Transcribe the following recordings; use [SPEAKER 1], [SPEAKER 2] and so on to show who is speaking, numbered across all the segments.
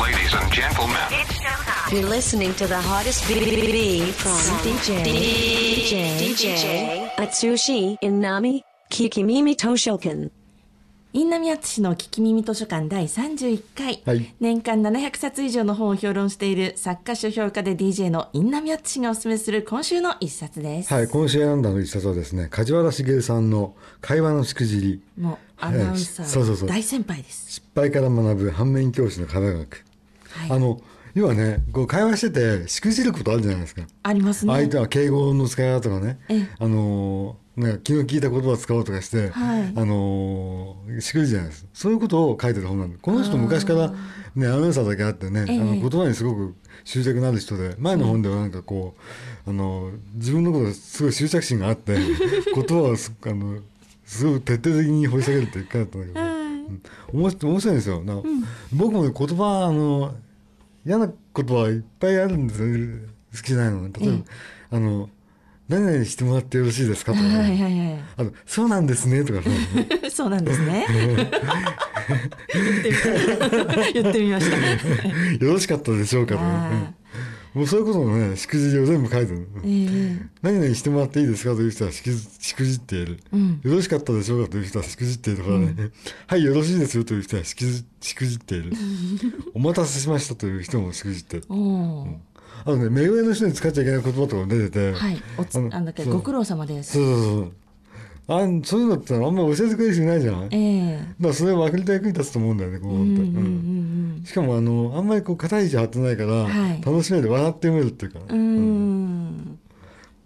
[SPEAKER 1] Ladies and gentlemen,
[SPEAKER 2] You're listening to the hottest b- b- b- b- from DJ DJ DJ Atsushi Inami Kikimimi Toshokan.
[SPEAKER 3] インナミアツシの聞き耳図書館第31回、
[SPEAKER 4] はい
[SPEAKER 3] 年間700冊以上の本を評論している作家書評家で DJ のインナミアツシがおすすめする今週の一冊です、
[SPEAKER 4] はい、今週選んだの一冊はですね、梶原茂さんの会話のしくじり、
[SPEAKER 3] もうアナウンサ
[SPEAKER 4] そうそうそ
[SPEAKER 3] ー
[SPEAKER 4] う
[SPEAKER 3] 大先輩です、
[SPEAKER 4] 失敗から学ぶ反面教師の科学。
[SPEAKER 3] はい、
[SPEAKER 4] あの、要はね、こう会話してて、しくじることあるじゃないですか。
[SPEAKER 3] ありますね
[SPEAKER 4] 相手は敬語の使い方とかね
[SPEAKER 3] ええ、
[SPEAKER 4] あのー、なんか気の利いた言葉を使おうとかして、
[SPEAKER 3] はい
[SPEAKER 4] あのーしくじるじゃないですか。そういうことを書いてる本なんで、この人昔からね、アナウンサーだけあってね、
[SPEAKER 3] ええ
[SPEAKER 4] あの言葉にすごく執着のある人で、前の本ではなんかこう、あのー自分のことすごい執着心があ って、言葉をすあのすごく徹底的に掘り下げるって書いてあったんだけど、うん面白い面白いんですよ。なんか僕も言葉、あの嫌な言葉はいっぱいあるんですよ好きじゃないの例えば、あの「何々してもらってよろしいですか?」とか、
[SPEAKER 3] はいはいはい
[SPEAKER 4] あの「そうなんですね」とか ね
[SPEAKER 3] そうなんですね。 言ってみました。
[SPEAKER 4] 「よろしかったでしょうか?」とか
[SPEAKER 3] あ
[SPEAKER 4] ね、うんもうそういうことのねしくじりを全部書いてる、
[SPEAKER 3] ええ
[SPEAKER 4] 何々してもらっていいですかという人はしくじしくじっている、よろしかったでしょうかという人はしくじっているからね、 はいよろしいですよという人はしくじしくじっている お待たせしましたという人もしくじっている
[SPEAKER 3] おお、
[SPEAKER 4] あのね目上の人に使っちゃいけない言葉とかも出てて、
[SPEAKER 3] はい。おつ、
[SPEAKER 4] あ
[SPEAKER 3] あ
[SPEAKER 4] の
[SPEAKER 3] んだっけ、
[SPEAKER 4] そう
[SPEAKER 3] ご苦労様です。
[SPEAKER 4] そうそうそう。あんそういうのってあんま教えてくれる人いないじゃない、
[SPEAKER 3] え
[SPEAKER 4] だか
[SPEAKER 3] え
[SPEAKER 4] らそれは分かりた役に立つと思うんだよね、こう
[SPEAKER 3] う
[SPEAKER 4] 本
[SPEAKER 3] ん
[SPEAKER 4] 当
[SPEAKER 3] うん
[SPEAKER 4] に
[SPEAKER 3] う
[SPEAKER 4] うん
[SPEAKER 3] ん
[SPEAKER 4] しかもあの、あんまりこう硬い字張ってないから、
[SPEAKER 3] はい
[SPEAKER 4] 楽しめる、笑って読めるっていうか、
[SPEAKER 3] うん。うん。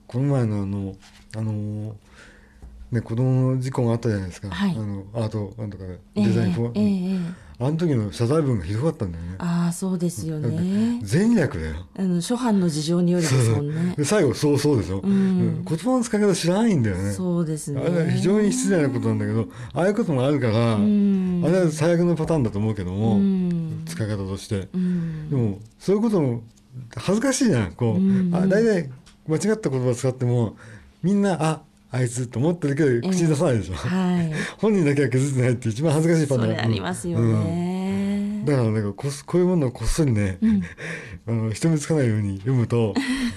[SPEAKER 4] この前のあの、あのーね、子供の事故があったじゃないですか。
[SPEAKER 3] はい
[SPEAKER 4] あの、アート、なんとかで、
[SPEAKER 3] ええ
[SPEAKER 4] デザインフォー、
[SPEAKER 3] ええええ
[SPEAKER 4] あの時の謝罪文がひどかったんだよね。
[SPEAKER 3] ああ、そうですよ
[SPEAKER 4] だって
[SPEAKER 3] ね。
[SPEAKER 4] 全略だよ。
[SPEAKER 3] あの初版の事情によりですもんね。
[SPEAKER 4] で最後、そうそうでしょ、うん言葉の使い方知らないんだよね。
[SPEAKER 3] そうです
[SPEAKER 4] あれは
[SPEAKER 3] ね。
[SPEAKER 4] 非常に失礼なことなんだけどああいうこともあるから、あれは最悪のパターンだと思うけども、使い方として、でもそういうことも恥ずかしいじゃんこう、あ大体間違った言葉使ってもみんなああいつと思ってるけど口に出さないでしょ、
[SPEAKER 3] はい。
[SPEAKER 4] 本人だけは気づいてないって一番恥ずかしいパタ
[SPEAKER 3] そ
[SPEAKER 4] ー
[SPEAKER 3] れ
[SPEAKER 4] ン
[SPEAKER 3] ありますよ
[SPEAKER 4] うん
[SPEAKER 3] ね。
[SPEAKER 4] だからなんかこすこういうものをこっそりね、あの人目つかないように読むと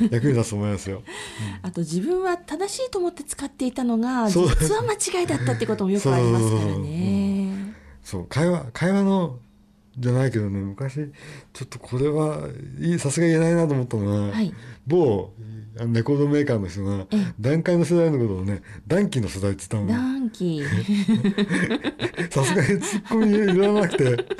[SPEAKER 4] 役に立つと思いますよ。
[SPEAKER 3] あと自分は正しいと思って使っていたのが実
[SPEAKER 4] そう
[SPEAKER 3] は間違いだったってこともよくありますから
[SPEAKER 4] そう
[SPEAKER 3] ね。
[SPEAKER 4] そう会話会話のじゃないけどね昔ちょっとこれはいいさすが言えないなと思ったのは、
[SPEAKER 3] はい
[SPEAKER 4] 某あのレコードメーカーの人が段階の世代のことをね段期の世代って言ったのね
[SPEAKER 3] ダンキー。
[SPEAKER 4] さすがにツッコミいらなくて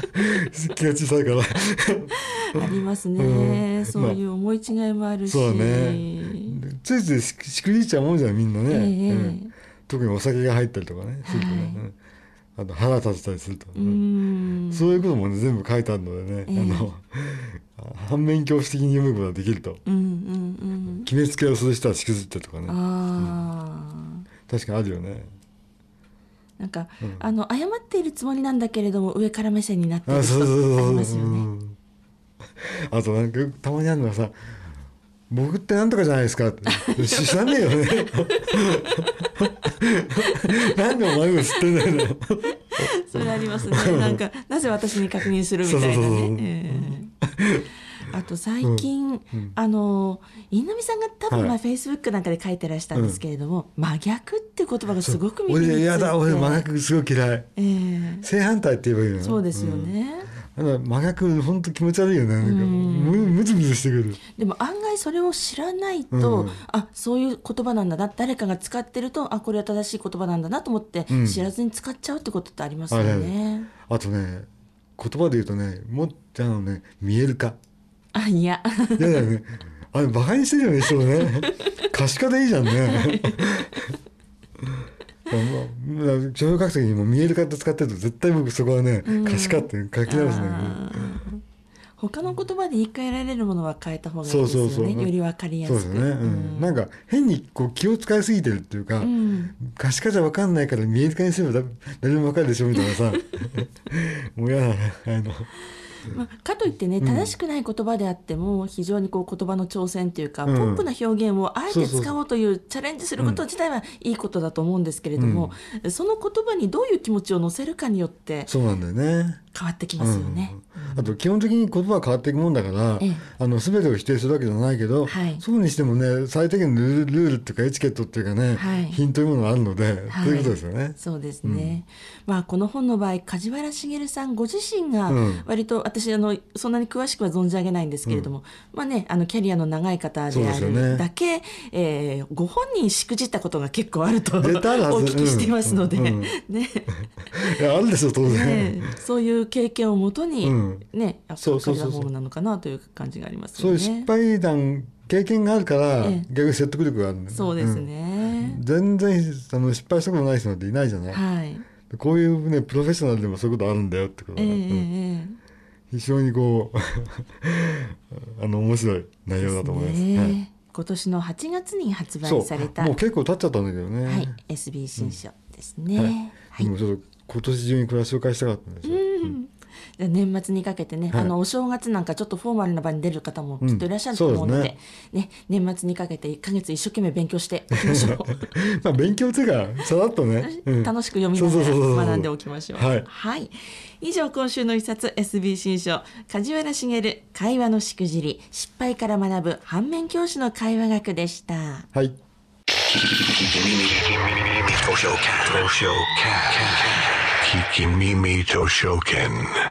[SPEAKER 4] 気が小さいから
[SPEAKER 3] ありますね、
[SPEAKER 4] うん
[SPEAKER 3] そういう思い違いもあるし、
[SPEAKER 4] そうだねついついしくしくじっちゃうもんじゃんみんなね、
[SPEAKER 3] ええ
[SPEAKER 4] うん特にお酒が入ったりとかねするとね、
[SPEAKER 3] はい
[SPEAKER 4] うんあと腹立てたりすると、
[SPEAKER 3] うん
[SPEAKER 4] そういうこともね全部書いてあるのでね、あの反面教師的に読むことができると。
[SPEAKER 3] うんうん
[SPEAKER 4] 決めつけをする人はしくじってとか
[SPEAKER 3] うん
[SPEAKER 4] ね
[SPEAKER 3] ああ、
[SPEAKER 4] 確かにあるよね
[SPEAKER 3] なんか、あの謝っているつもりなんだけれども上から目線になってい
[SPEAKER 4] あ
[SPEAKER 3] る
[SPEAKER 4] そうそう
[SPEAKER 3] 人あり
[SPEAKER 4] そう
[SPEAKER 3] ます
[SPEAKER 4] そう、
[SPEAKER 3] よ
[SPEAKER 4] う
[SPEAKER 3] ね
[SPEAKER 4] んあとなんかよくたまにあるのがさ「僕ってなんとかじゃないですか」って知らねえよねなんでお前が知ってんだよね
[SPEAKER 3] それありますねなん かなぜ私に確認するみたいなね
[SPEAKER 4] そうそうそうそう
[SPEAKER 3] ええあと最近、あの稲波さんが多分、ま
[SPEAKER 4] は
[SPEAKER 3] あ
[SPEAKER 4] い
[SPEAKER 3] フェイスブックなんかで書いてらしたんですけれども、真逆っていう言葉がすごく耳について
[SPEAKER 4] 俺やだ俺真逆すごい嫌い
[SPEAKER 3] ええ
[SPEAKER 4] 正反対って言えばいいのよ
[SPEAKER 3] そうですよね、
[SPEAKER 4] うんあの真逆本当気持ち悪いよねなんかむむずむずしてくる
[SPEAKER 3] でも案外それを知らないと、
[SPEAKER 4] うん
[SPEAKER 3] あそういう言葉なんだな誰かが使ってるとあこれは正しい言葉なんだなと思って、
[SPEAKER 4] ん
[SPEAKER 3] 知らずに使っちゃうってことってありますよ
[SPEAKER 4] あれ
[SPEAKER 3] ね。
[SPEAKER 4] あとね言葉で言うとねもっとあのね見える化
[SPEAKER 3] あいや
[SPEAKER 4] いやだよね。あれ、馬鹿にしてるよね、人を ね。可視化でいいじゃんね。まあ、情報学的にも見える化って使ってると絶対僕そこはね、可視化って書き直すのよね。
[SPEAKER 3] 他の言葉で言い換えられるものは変えた方がいい
[SPEAKER 4] そ
[SPEAKER 3] で
[SPEAKER 4] う
[SPEAKER 3] す
[SPEAKER 4] そ
[SPEAKER 3] よね
[SPEAKER 4] うそう。
[SPEAKER 3] より分かりやすく。
[SPEAKER 4] そうですね。うん。なんか変にこう気を使いすぎてるっていうか、可視化じゃわかんない から見える化にすればだ誰でもわかるでしょみたいなさ。もう嫌だね。あの、
[SPEAKER 3] まあ、かといってね正しくない言葉であっても、非常にこう言葉の挑戦というか、
[SPEAKER 4] うん
[SPEAKER 3] ポップな表現をあえ
[SPEAKER 4] そう
[SPEAKER 3] て
[SPEAKER 4] そう
[SPEAKER 3] 使おうというチャレンジすること自体はいいことだと思うんですけれども、その言葉にどういう気持ちを乗せるかによって
[SPEAKER 4] そうなんだよね。
[SPEAKER 3] 変わってきますよね。
[SPEAKER 4] うん、あと基本的に言葉は変わっていくもんだから、
[SPEAKER 3] ええ
[SPEAKER 4] あの全てを否定するわけじゃないけど、
[SPEAKER 3] はい
[SPEAKER 4] そうにしてもね最低限のルールルールっていうかエチケットっていうかね、
[SPEAKER 3] はい
[SPEAKER 4] 品というものがあるので、
[SPEAKER 3] はい
[SPEAKER 4] ということですよね。
[SPEAKER 3] そうですね、まあこの本の場合梶原茂さんご自身が
[SPEAKER 4] うん
[SPEAKER 3] 割と、私あのそんなに詳しくは存じ上げないんですけれども、まあねあのキャリアの長い方
[SPEAKER 4] そう
[SPEAKER 3] で
[SPEAKER 4] で
[SPEAKER 3] あ
[SPEAKER 4] すよね
[SPEAKER 3] るだけ、えーご本人しくじったことが結構あると お
[SPEAKER 4] 絶対あるはず
[SPEAKER 3] 聞きしていますので、
[SPEAKER 4] うんうん
[SPEAKER 3] ね
[SPEAKER 4] いやあるでしょ当然、
[SPEAKER 3] ねそういう経験をもとに、
[SPEAKER 4] うん
[SPEAKER 3] ねあ
[SPEAKER 4] そうそう
[SPEAKER 3] 梶
[SPEAKER 4] そ
[SPEAKER 3] 原
[SPEAKER 4] うそう
[SPEAKER 3] ホームなのかなという感じがあります
[SPEAKER 4] そう
[SPEAKER 3] よ
[SPEAKER 4] いう
[SPEAKER 3] ね。
[SPEAKER 4] 失敗談経験があるから、
[SPEAKER 3] ええ
[SPEAKER 4] 逆に説得力があるんだよ
[SPEAKER 3] そうです
[SPEAKER 4] うん
[SPEAKER 3] ね、
[SPEAKER 4] 全然あの失敗したことない人なんていないじゃない、
[SPEAKER 3] はい、
[SPEAKER 4] こういうねプロフェッショナルでもそういうことあるんだよってこと
[SPEAKER 3] え
[SPEAKER 4] が、
[SPEAKER 3] え
[SPEAKER 4] うん
[SPEAKER 3] ええ
[SPEAKER 4] 非常にこうあの面白い内容だと思います。
[SPEAKER 3] ね
[SPEAKER 4] はい
[SPEAKER 3] 今年の8月に発
[SPEAKER 4] そ
[SPEAKER 3] 売
[SPEAKER 4] う
[SPEAKER 3] された、
[SPEAKER 4] もう結構経っちゃったんだけどね、
[SPEAKER 3] はい、SB 新書ですね。はい
[SPEAKER 4] でもちょっと今年中にこれは紹介したかったんですよ、
[SPEAKER 3] じゃあ年末にかけてね、
[SPEAKER 4] はい
[SPEAKER 3] あのお正月なんかちょっとフォーマルな場に出る方もきっといらっしゃると思うの
[SPEAKER 4] うん
[SPEAKER 3] で,、
[SPEAKER 4] そうで
[SPEAKER 3] ね年末にかけて1ヶ月一生懸命勉強しておきましょ う
[SPEAKER 4] まあ勉強っていうかさらっとね、うん
[SPEAKER 3] 楽しく読みな
[SPEAKER 4] そうそうそうそ
[SPEAKER 3] がら
[SPEAKER 4] う
[SPEAKER 3] 学んでおきましょう
[SPEAKER 4] はい
[SPEAKER 3] 以上今週の一冊 SB 新書梶原茂会話のしくじり失敗から学ぶ反面教師の会話学でした。
[SPEAKER 4] はい、
[SPEAKER 1] Kikimimi Toshoken. Kikimimi Toshoken.